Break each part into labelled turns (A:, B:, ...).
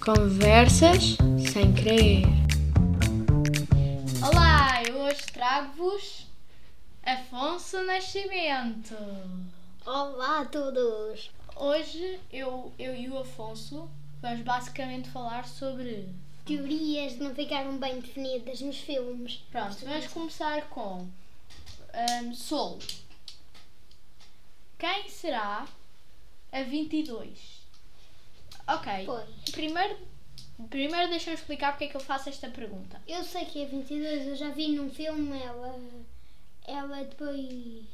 A: Conversas sem querer.
B: Olá, eu hoje trago-vos Afonso Nascimento.
C: Olá a todos!
B: Hoje eu, eu e o Afonso vamos basicamente falar sobre.
C: Teorias não ficaram bem definidas nos filmes.
B: Pronto, vamos começar com ahm, Sol. Quem será a 22? Ok,
C: Pois.
B: primeiro, primeiro deixa-me explicar porque é que eu faço esta pergunta.
C: Eu sei que é 22, eu já vi num filme ela. Ela depois.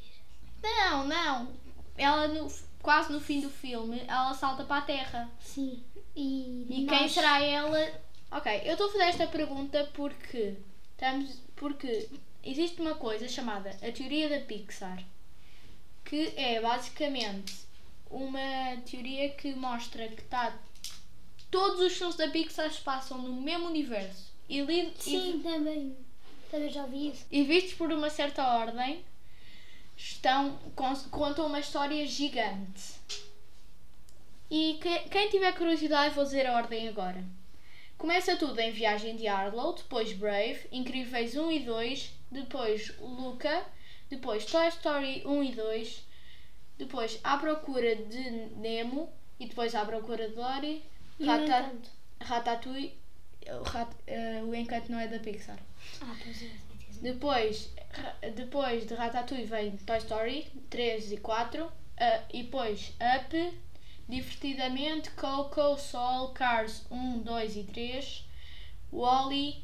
B: Não, não. Ela no, quase no fim do filme, ela salta para a Terra.
C: Sim. E,
B: E
C: nós-
B: quem será ela? Ok, eu estou a fazer esta pergunta porque estamos, porque existe uma coisa chamada a teoria da Pixar, que é basicamente uma teoria que mostra que tá, todos os filmes da Pixar se passam no mesmo universo e, li, e-
C: Sim, também. Também já vi isso.
B: e vistos por uma certa ordem, estão, con- contam uma história gigante. E que- quem tiver curiosidade, vou dizer a ordem agora. Começa tudo em Viagem de Arlo, depois Brave, Incríveis 1 e 2, depois Luca, depois Toy Story 1 e 2, depois À Procura de Nemo e depois À Procura de Dory,
C: E o
B: Rata-
C: encanto.
B: Ratatouille, o, rat, eh, o Encanto não é da Pixar.
C: Ah, pois é.
B: Depois, ra- depois de Ratatouille vem Toy Story 3 e 4. ah, e depois Up, Divertidamente, Coco, Sol, Cars 1, 2 e 3. Wally,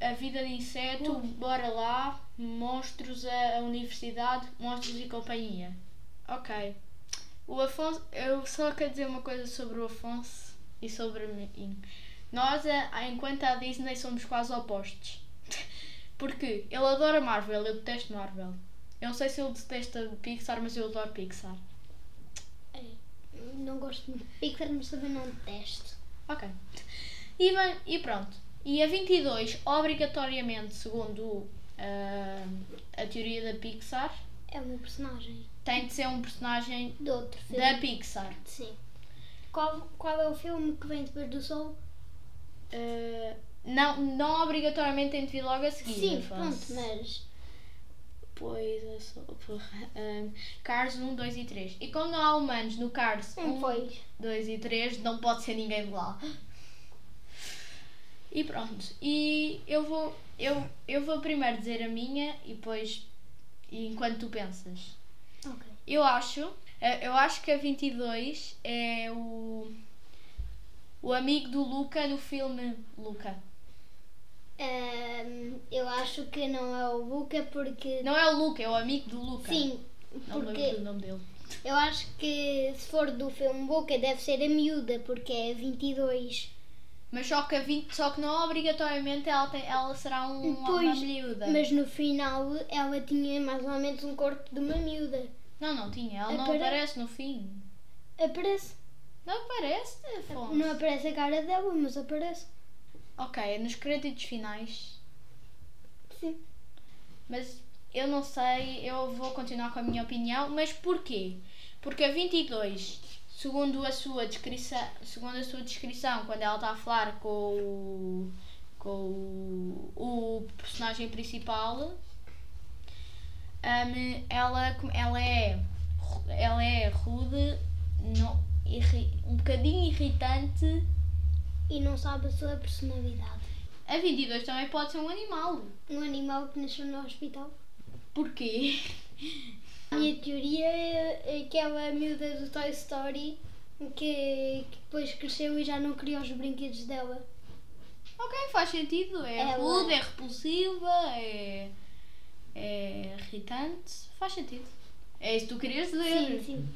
B: A Vida de Inseto, Bora Lá, Monstros, a, a Universidade, Monstros e Companhia. Ok. O Afonso, eu só quero dizer uma coisa sobre o Afonso e sobre mim. Nós, a- enquanto a Disney, somos quase opostos. Porque ele adora Marvel, eu detesto Marvel. Eu não sei se ele detesta Pixar, mas eu adoro Pixar.
C: é, Não gosto de Pixar, mas também não detesto.
B: Ok. E, bem, e pronto. E a 22, obrigatoriamente, segundo ah, a teoria da Pixar,
C: É uma personagem
B: tem de ser um personagem
C: de outro filme.
B: da Pixar.
C: Sim. Qual, qual é o filme que vem depois do Sol?
B: Ah, não, não obrigatoriamente tem de vir logo a seguir.
C: Sim, pronto,
B: Afonso.
C: mas.
B: Pois, eu sou. Porra. Ah, Cars 1, 2 e 3. E como não há humanos no Cars 1,
C: Um foi.
B: 2 e 3, não pode ser ninguém de lá. E pronto. E eu vou, eu, eu vou primeiro dizer a minha e depois e enquanto tu pensas.
C: Ok.
B: Eu acho, eh, eu acho que a 22 é o o amigo do Luca no filme Luca.
C: Ahm, eu acho que não é o Luca porque.
B: Não é o Luca, é o amigo do Luca.
C: Sim,
B: não me lembro do
C: porque
B: nome dele.
C: eu acho que se for do filme Boca deve ser a miúda, porque é 22.
B: Mas só que a 20, só que não obrigatoriamente ela tem, ela será um, uma
C: Pois,
B: miúda.
C: Mas no final ela tinha mais ou menos um corpo de uma miúda.
B: Não, não tinha, ela não
C: Apare-
B: aparece no fim.
C: Aparece.
B: Não aparece, né, Afonso.
C: Não aparece a cara dela, mas aparece.
B: Ok, é nos créditos finais.
C: Sim.
B: Mas eu não sei, eu vou continuar com a minha opinião. Mas porquê? Porque a 22, segundo a sua descrição, segundo a sua descrição quando ela está a falar com o, com o, o personagem principal, hum, ela, ela, é, ru- ela é rude, não, irri- um bocadinho irritante.
C: E não sabe a sua personalidade.
B: A 22 também pode ser um animal.
C: Um animal que nasceu no hospital.
B: Porquê?
C: A
B: Ah.
C: minha teoria é é aquela miúda do Toy Story que, que depois cresceu e já não queria os brinquedos dela.
B: Ok, faz sentido. É
C: Ela-
B: rude, é repulsiva, é. é irritante. Faz sentido. É isso que tu querias dizer.
C: Sim, sim.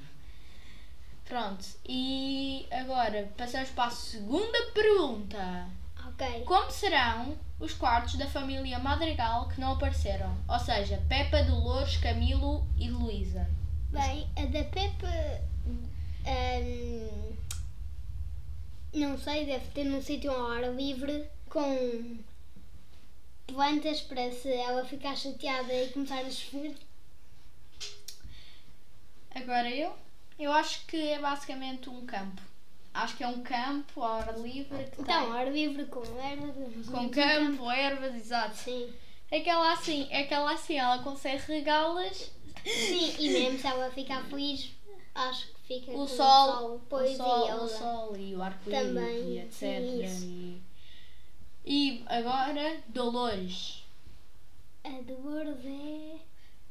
B: Pronto, e agora passamos para a segunda pergunta:
C: Ok.
B: Como serão os quartos da família Madrigal que não apareceram? Ou seja, Peppa, Dolores, Camilo e Luísa.
C: Bem, a da Pepe. hum, não sei, deve ter num sítio ao ar livre com plantas para se ela ficar chateada e começar a chover.
B: Agora eu? Eu acho que é basicamente um campo. Acho que é um campo ao ar livre que
C: Então,
B: tem-
C: ar livre com ervas.
B: com é um campo, ervas, exato.
C: Sim.
B: Aquela assim, aquela assim, ela consegue regá-las.
C: Sim, e mesmo se ela ficar feliz, acho que fica com
B: O sol,
C: o sol,
B: o,
C: pois e
B: sol
C: ela.
B: o sol e o arco-íris
C: Também,
B: e etc.
C: isso.
B: E, e agora, Dolores,
C: A Dolores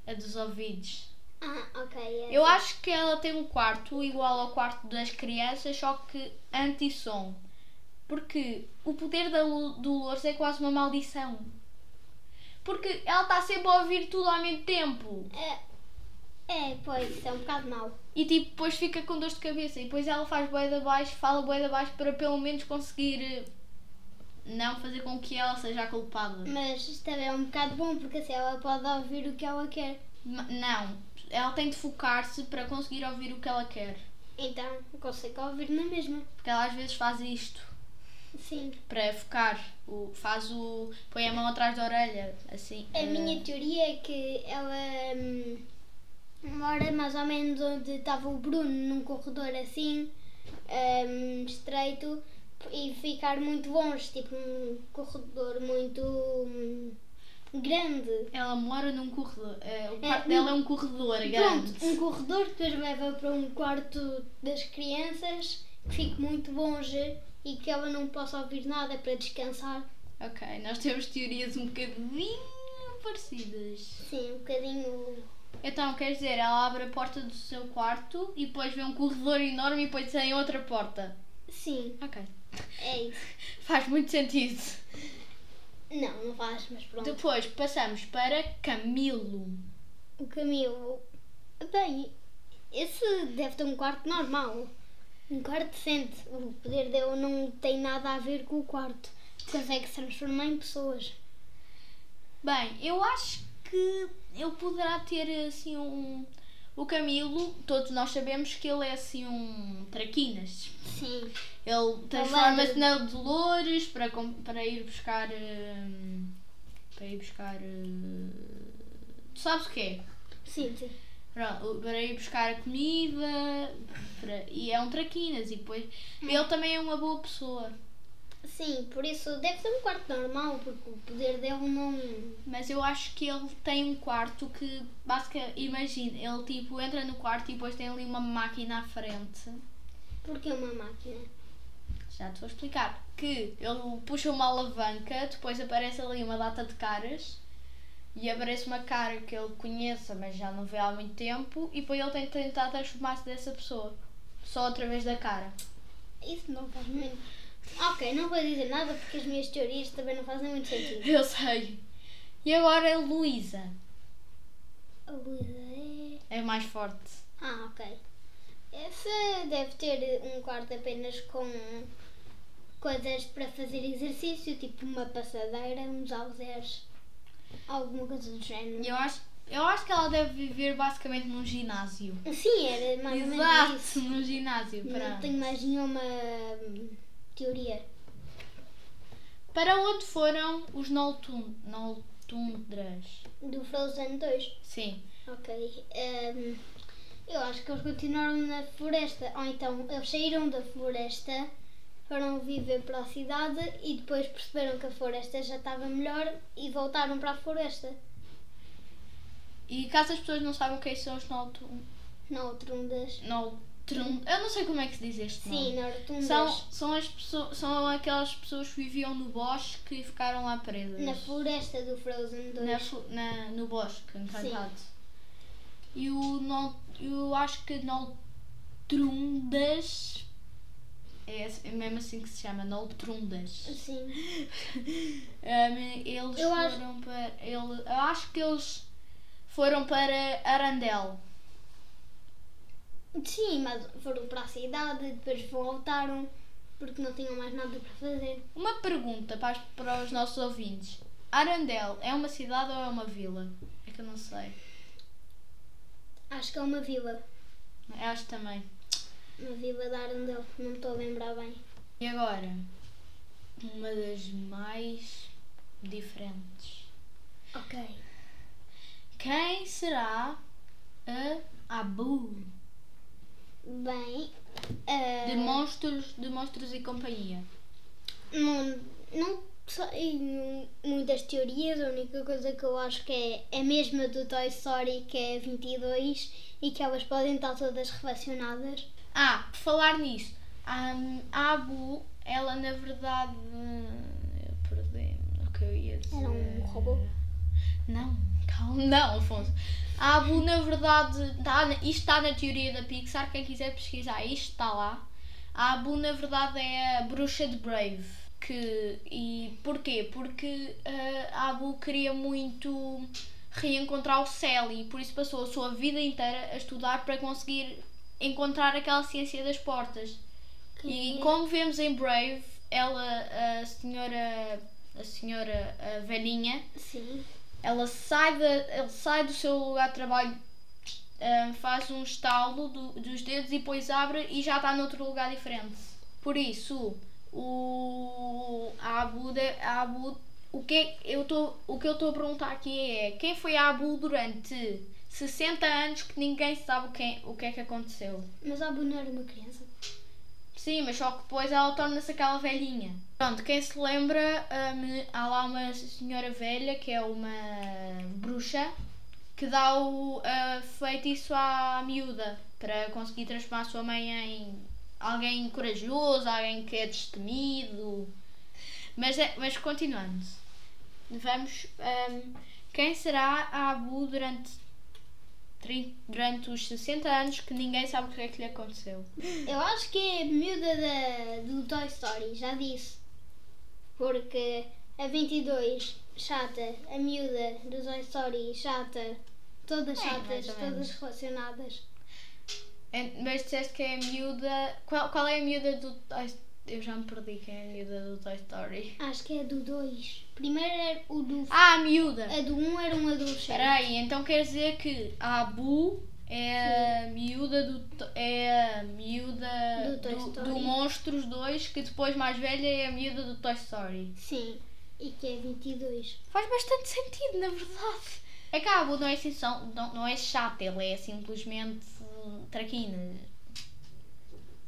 C: é.
B: a dos ouvidos.
C: Ah, ok. é
B: Eu
C: assim.
B: acho que ela tem um quarto igual ao quarto das crianças, só que anti-som. Porque o poder da Lu- Dolores é quase uma maldição. Porque ela está sempre a ouvir tudo ao mesmo tempo.
C: É, é, pois, é um bocado mau.
B: E tipo, depois fica com dor de cabeça. E depois ela faz boi de abaixo, fala boi de abaixo para pelo menos conseguir eh, não fazer com que ela seja a culpada.
C: Mas também é um bocado bom, porque assim ela pode ouvir o que ela quer.
B: Ma- Não, ela tem de focar-se para conseguir ouvir o que ela quer.
C: Então, consegue ouvir na mesma.
B: Porque ela às vezes faz isto
C: Sim.
B: para focar. O, faz o. põe a mão atrás da orelha, assim.
C: A
B: eh,
C: minha teoria é que ela hum, mora mais ou menos onde estava o Bruno, num corredor assim, hum, estreito, e ficar muito longe, tipo um corredor muito hum, grande.
B: Ela mora num corredor. eh, o
C: É,
B: quarto
C: um-
B: dela é um corredor grande.
C: Pronto, um corredor que depois leva para um quarto das crianças, que fique muito longe e que ela não possa ouvir nada para descansar.
B: Ok, nós temos teorias um bocadinho parecidas.
C: Sim, um bocadinho.
B: Então, quer dizer, ela abre a porta do seu quarto e depois vê um corredor enorme e depois tem outra porta.
C: Sim,
B: Ok.
C: é isso.
B: Faz muito sentido.
C: Não, não faz, mas pronto.
B: Depois passamos para Camilo.
C: Então, O Camilo. Bem, esse deve ter um quarto normal. Um quarto decente. O poder dele não tem nada a ver com o quarto. Consegue se transformar em pessoas.
B: Bem, eu acho que ele poderá ter assim um. O Camilo, todos nós sabemos que ele é assim um traquinas.
C: Sim.
B: Ele transforma-se na Dolores para, com- para ir buscar. hum, para ir buscar. hum, tu sabes o que é?
C: Sim, sim.
B: Pronto, para ir buscar a comida para- e é um traquinas e depois ele também é uma boa pessoa
C: Sim, por isso deve ter um quarto normal, porque o poder dele não.
B: mas eu acho que ele tem um quarto que basicamente imagina ele tipo entra no quarto e depois tem ali uma máquina à frente
C: Porque é uma máquina.
B: já te vou explicar que ele puxa uma alavanca depois aparece ali uma data de caras e aparece uma cara que ele conheça mas já não vê há muito tempo e depois ele tem que tentar transformar-se dessa pessoa só através da cara
C: Isso não faz muito. Ok, não vou dizer nada porque as minhas teorias também não fazem muito sentido.
B: Eu sei. E agora a Luísa
C: A Luísa é.
B: é mais forte.
C: Ah, ok. Essa deve ter um quarto apenas com coisas para fazer exercício, tipo uma passadeira, uns halteres, alguma coisa do género.
B: Eu acho, eu acho que ela deve viver basicamente num ginásio.
C: Sim, era mais ou menos isso.
B: Exato, num ginásio.
C: Não
B: Para...
C: tenho mais nenhuma hum, teoria.
B: para onde foram os Noltun- Noltundras?
C: Do Frozen 2.
B: Sim.
C: Ok. hum, eu acho que eles continuaram na floresta. Ou então, eles saíram da floresta, foram viver para a cidade e depois perceberam que a floresta já estava melhor e voltaram para a floresta.
B: E caso as pessoas não saibam quem são os Noltun-
C: Na Ortundas.
B: Noltrun... Eu não sei como é que se diz este nome.
C: Sim, na Ortundas.
B: São, são, as pessoas, são aquelas pessoas que viviam no bosque e ficaram lá presas.
C: Na floresta do Frozen 2.
B: na, fo- na- no bosque encantado. E o não, eu acho que Noltrundas é esse- é mesmo assim que se chama, Noltrundas.
C: Sim.
B: Um, eles
C: Eu acho-
B: foram para. Ele, eu acho que eles foram para Arandel.
C: Sim, mas foram para a cidade, depois voltaram porque não tinham mais nada para fazer.
B: Uma pergunta para, as- para os nossos ouvintes. Arandel é uma cidade ou é uma vila? É que eu não sei.
C: Acho que é uma vila.
B: Eu acho também.
C: Uma vila de Arandel, não me estou a lembrar bem.
B: E agora? Uma das mais diferentes.
C: Ok.
B: eh, Quem será a Abu?
C: Bem. ah,
B: De monstros, de monstros e companhia.
C: Não, não sei muitas teorias, a única coisa que eu acho que é é a mesma do Toy Story, que é 22, e que elas podem estar todas relacionadas.
B: Ah, por falar nisso, a, a Abu, ela na verdade. Eu perdi o que eu ia dizer.
C: Era um robô?
B: Não, calma, não, Afonso. A Abu, na verdade, tá, na- isto está na teoria da Pixar. Quem quiser pesquisar, isto está lá. A Abu, na verdade, é a bruxa de Brave. Que, e porquê? Porque eh, a Abu queria muito reencontrar o céu e por isso passou a sua vida inteira a estudar para conseguir encontrar aquela ciência das portas. E como vemos em Brave, ela, a senhora, a senhora a velhinha,
C: Sim.
B: ela sai, da, ela sai do seu lugar de trabalho, ah, faz um estalo do- dos dedos e depois abre e já está noutro lugar diferente. Por isso, o, a Abu, de- a Abu- o, que é- eu tô, o que eu estou a perguntar aqui é quem foi a Abu durante 60 anos que ninguém sabe o que, o que é que aconteceu.
C: Mas a Abu não era uma criança.
B: Sim, mas só que depois ela torna-se aquela velhinha. Pronto, quem se lembra, hum, há lá uma senhora velha que é uma bruxa que dá o ah, feitiço à miúda para conseguir transformar a sua mãe em alguém corajoso, alguém que é destemido. Mas, é- mas continuando, vamos. hum, quem será a Abu durante, trin- durante os 60 anos que ninguém sabe o que é que lhe aconteceu?
C: Eu acho que é a miúda da, do Toy Story, já disse. Porque a 22, chata, a miúda do Toy Story, chata, todas
B: É,
C: chatas,
B: mais ou menos.
C: todas relacionadas.
B: É, Mas disseste que é a miúda. Qual, qual é a miúda do Toy Story? Eu já me perdi quem é a miúda do Toy Story.
C: Acho que é a do 2. Primeiro era o do
B: Ah, a miúda!
C: A do 1 um era um adolescente.
B: Espera aí, então quer dizer que a Abu é a miúda do. to- É a miúda
C: Do Toy Story.
B: do Monstros 2, que depois mais velha é a miúda do Toy Story.
C: Sim. E que é 22.
B: Faz bastante sentido, na verdade. É que a Abu não é, assim, só- não, não é chata, ela é simplesmente hum, traquina.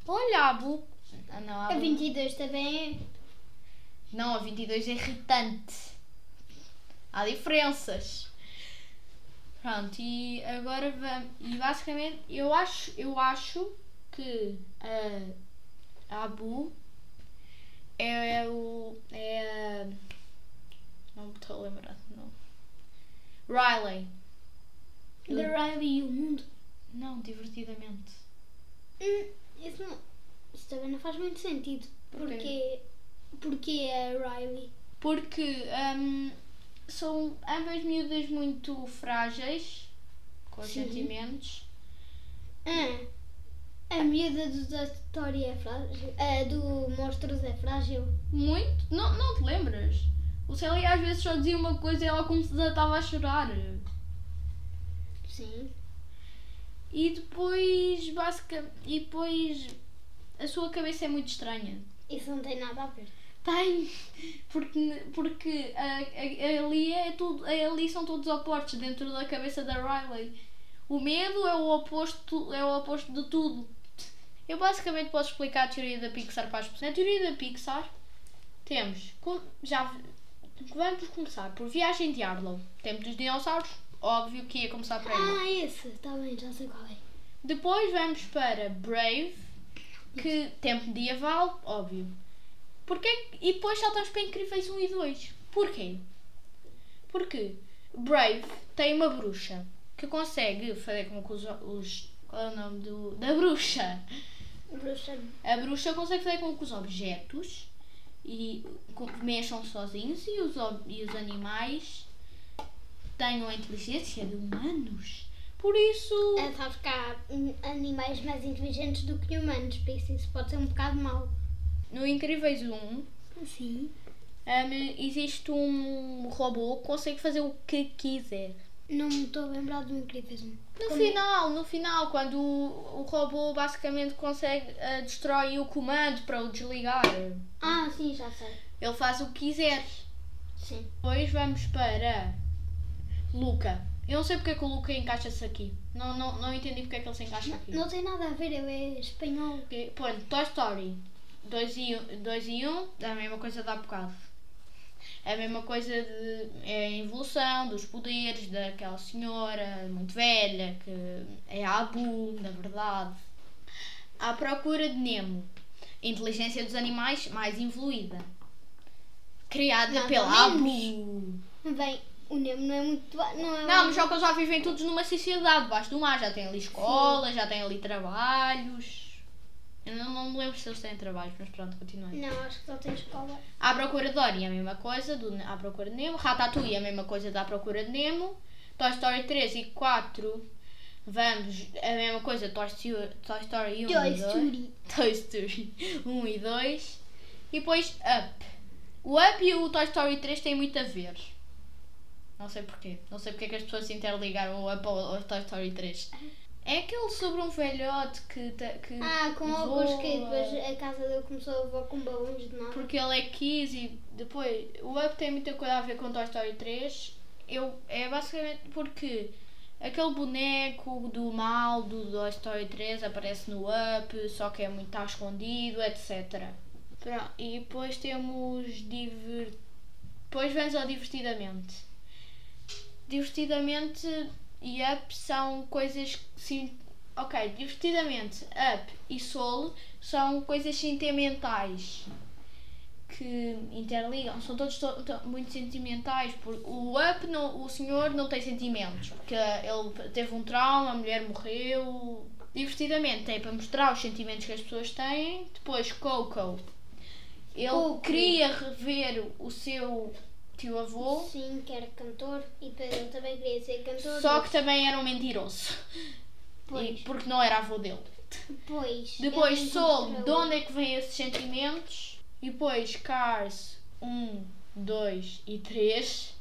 B: Olha, a Abu. Ah, não, a
C: A
B: Abu-
C: 22 também é.
B: Não, a 22 é irritante. Há diferenças. Pronto, e agora vamos. E basicamente, eu acho, eu acho que a- a Abu é, o. É. a- Não me estou a lembrar do nome. Riley.
C: The Riley e o mundo.
B: Não, divertidamente.
C: Hum, isso, não, isso também não faz muito sentido. Porque.
B: Porquê?
C: Porque é a Riley.
B: Porque hum, são ambas miúdas muito frágeis com os
C: Sim.
B: sentimentos.
C: Ah, a miúda do Toy Story é frágil. A do Monstros é frágil.
B: Muito? Não, não te lembras? O Célia às vezes só dizia uma coisa e ela como se estava a chorar.
C: Sim.
B: E depois, basicamente, e depois a sua cabeça é muito estranha.
C: Isso não tem nada a ver.
B: Tem, porque, porque a, a- ali, é tudo, ali são todos opostos dentro da cabeça da Riley. O medo é o oposto, é o oposto de tudo. Eu basicamente posso explicar a teoria da Pixar para as pessoas. Na teoria da Pixar temos, com- já vamos começar por Viagem de Arlo. Temos os dinossauros, óbvio que ia começar por aí.
C: Ah, esse. Tá bem, já sei qual é.
B: Depois vamos para Brave, que tempo medieval, óbvio. Porquê? E depois saltamos para Incríveis 1 e 2. Porquê? Porque Brave tem uma bruxa que consegue fazer como que os. os qual é o nome do, da bruxa?
C: Bruxa.
B: A bruxa consegue fazer com que os objetos e com- mexam sozinhos e os, ob- e os animais tenham a inteligência de humanos. Por isso.
C: É, sabes que há hum, animais mais inteligentes do que humanos, por isso isso pode ser um bocado mau.
B: No Incríveis 1,
C: Sim.
B: Hum, existe um robô que consegue fazer o que quiser.
C: Não me estou a lembrar do Incríveis 1.
B: No final, no final, quando o, o robô basicamente consegue ah, destrói o comando para o desligar.
C: Ah, sim, já sei.
B: Ele faz o que quiser.
C: Sim.
B: Depois vamos para Luca. Eu não sei porque é que o Luca encaixa-se aqui. Não, não, não entendi porque é que ele se encaixa aqui.
C: Não tem nada a ver, eu é espanhol.
B: Ok, Põe Toy Story 2 e 1, dois e um, é a mesma coisa de há bocado. É a mesma coisa de é a evolução dos poderes daquela senhora muito velha que é a Abu, na verdade. À procura de Nemo. Inteligência dos animais mais evoluída. Criada
C: Mais ou
B: pela
C: menos.
B: Abu.
C: Bem, o Nemo não é muito. ba- Não, é
B: Não, mas só que eles já vivem todos numa sociedade debaixo do mar. Já têm ali escolas, já têm ali trabalhos. Eu não, não me lembro se eles têm trabalhos, mas pronto, continuem.
C: Não, acho que só tem escola.
B: À Procura de Dory é a mesma coisa, do Ne- À Procura de Nemo. Ratatouille é a mesma coisa da À Procura de Nemo. Toy Story 3 e 4, vamos, é a mesma coisa Toy Story, Toy Story 1
C: Toy
B: e 2.
C: Story.
B: Toy Story 1 e 2. E depois Up. O Up e o Toy Story 3 têm muito a ver. Não sei porquê. Não sei porque é que as pessoas se interligaram o Up ao, ao Toy Story 3. É aquele sobre um velhote que. ta- que
C: Ah, com
B: voa,
C: óculos que depois a casa dele começou a voar com balões de nada.
B: Porque ele é Kiss e depois. O Up tem muita coisa a ver com Toy Story 3. Eu, é basicamente porque aquele boneco do mal do Toy Story 3 aparece no Up, só que é muito tá escondido, etc. Pronto, e depois temos. Divert... Depois vens ao Divertidamente. Divertidamente e Up são coisas que se. Ok, divertidamente, Up e Soul são coisas sentimentais que interligam, são todos to- to- muito sentimentais. Porque o Up, não, o senhor não tem sentimentos, porque ele teve um trauma, a mulher morreu. Divertidamente, é para mostrar os sentimentos que as pessoas têm. Depois, Coco, ele
C: Coco.
B: queria rever o seu tio-avô,
C: Sim, que era cantor e depois ele também queria ser cantor.
B: só que também era um mentiroso,
C: Pois.
B: E- porque não era avô dele.
C: depois.
B: Depois,
C: ele
B: Soul,
C: encontrou-
B: de onde é que vêm esses sentimentos? E depois, Cars 1, 2 e 3.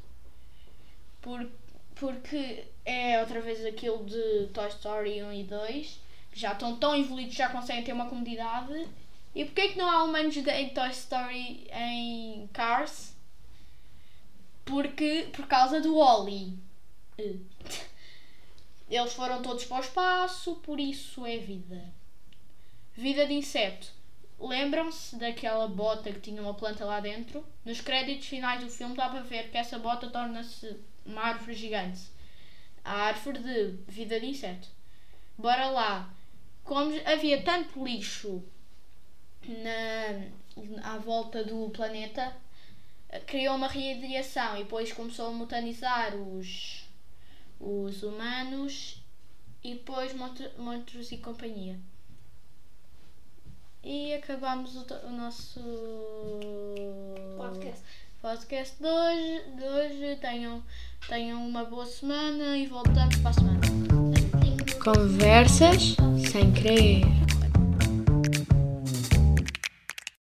B: Por, porque é outra vez aquilo de Toy Story 1 e 2. que Já estão tão evoluídos, já conseguem ter uma comunidade. E porquê que não há humanos de- em Toy Story em Cars? Porque, por causa do Wally. Eles foram todos para o espaço, por isso é vida. Vida de inseto. Lembram-se daquela bota que tinha uma planta lá dentro? Nos créditos finais do filme dá para ver que essa bota torna-se uma árvore gigante. A árvore de vida de inseto. Bora lá. Como havia tanto lixo na, à volta do planeta, criou uma radiação e depois começou a mutanizar os, os humanos e depois monstro- monstros e companhia. E acabamos o, to- o nosso
C: Podcast.
B: podcast de hoje. De hoje. Tenham, tenham uma boa semana e voltamos para a semana.
C: Tem-
B: Conversas sem querer.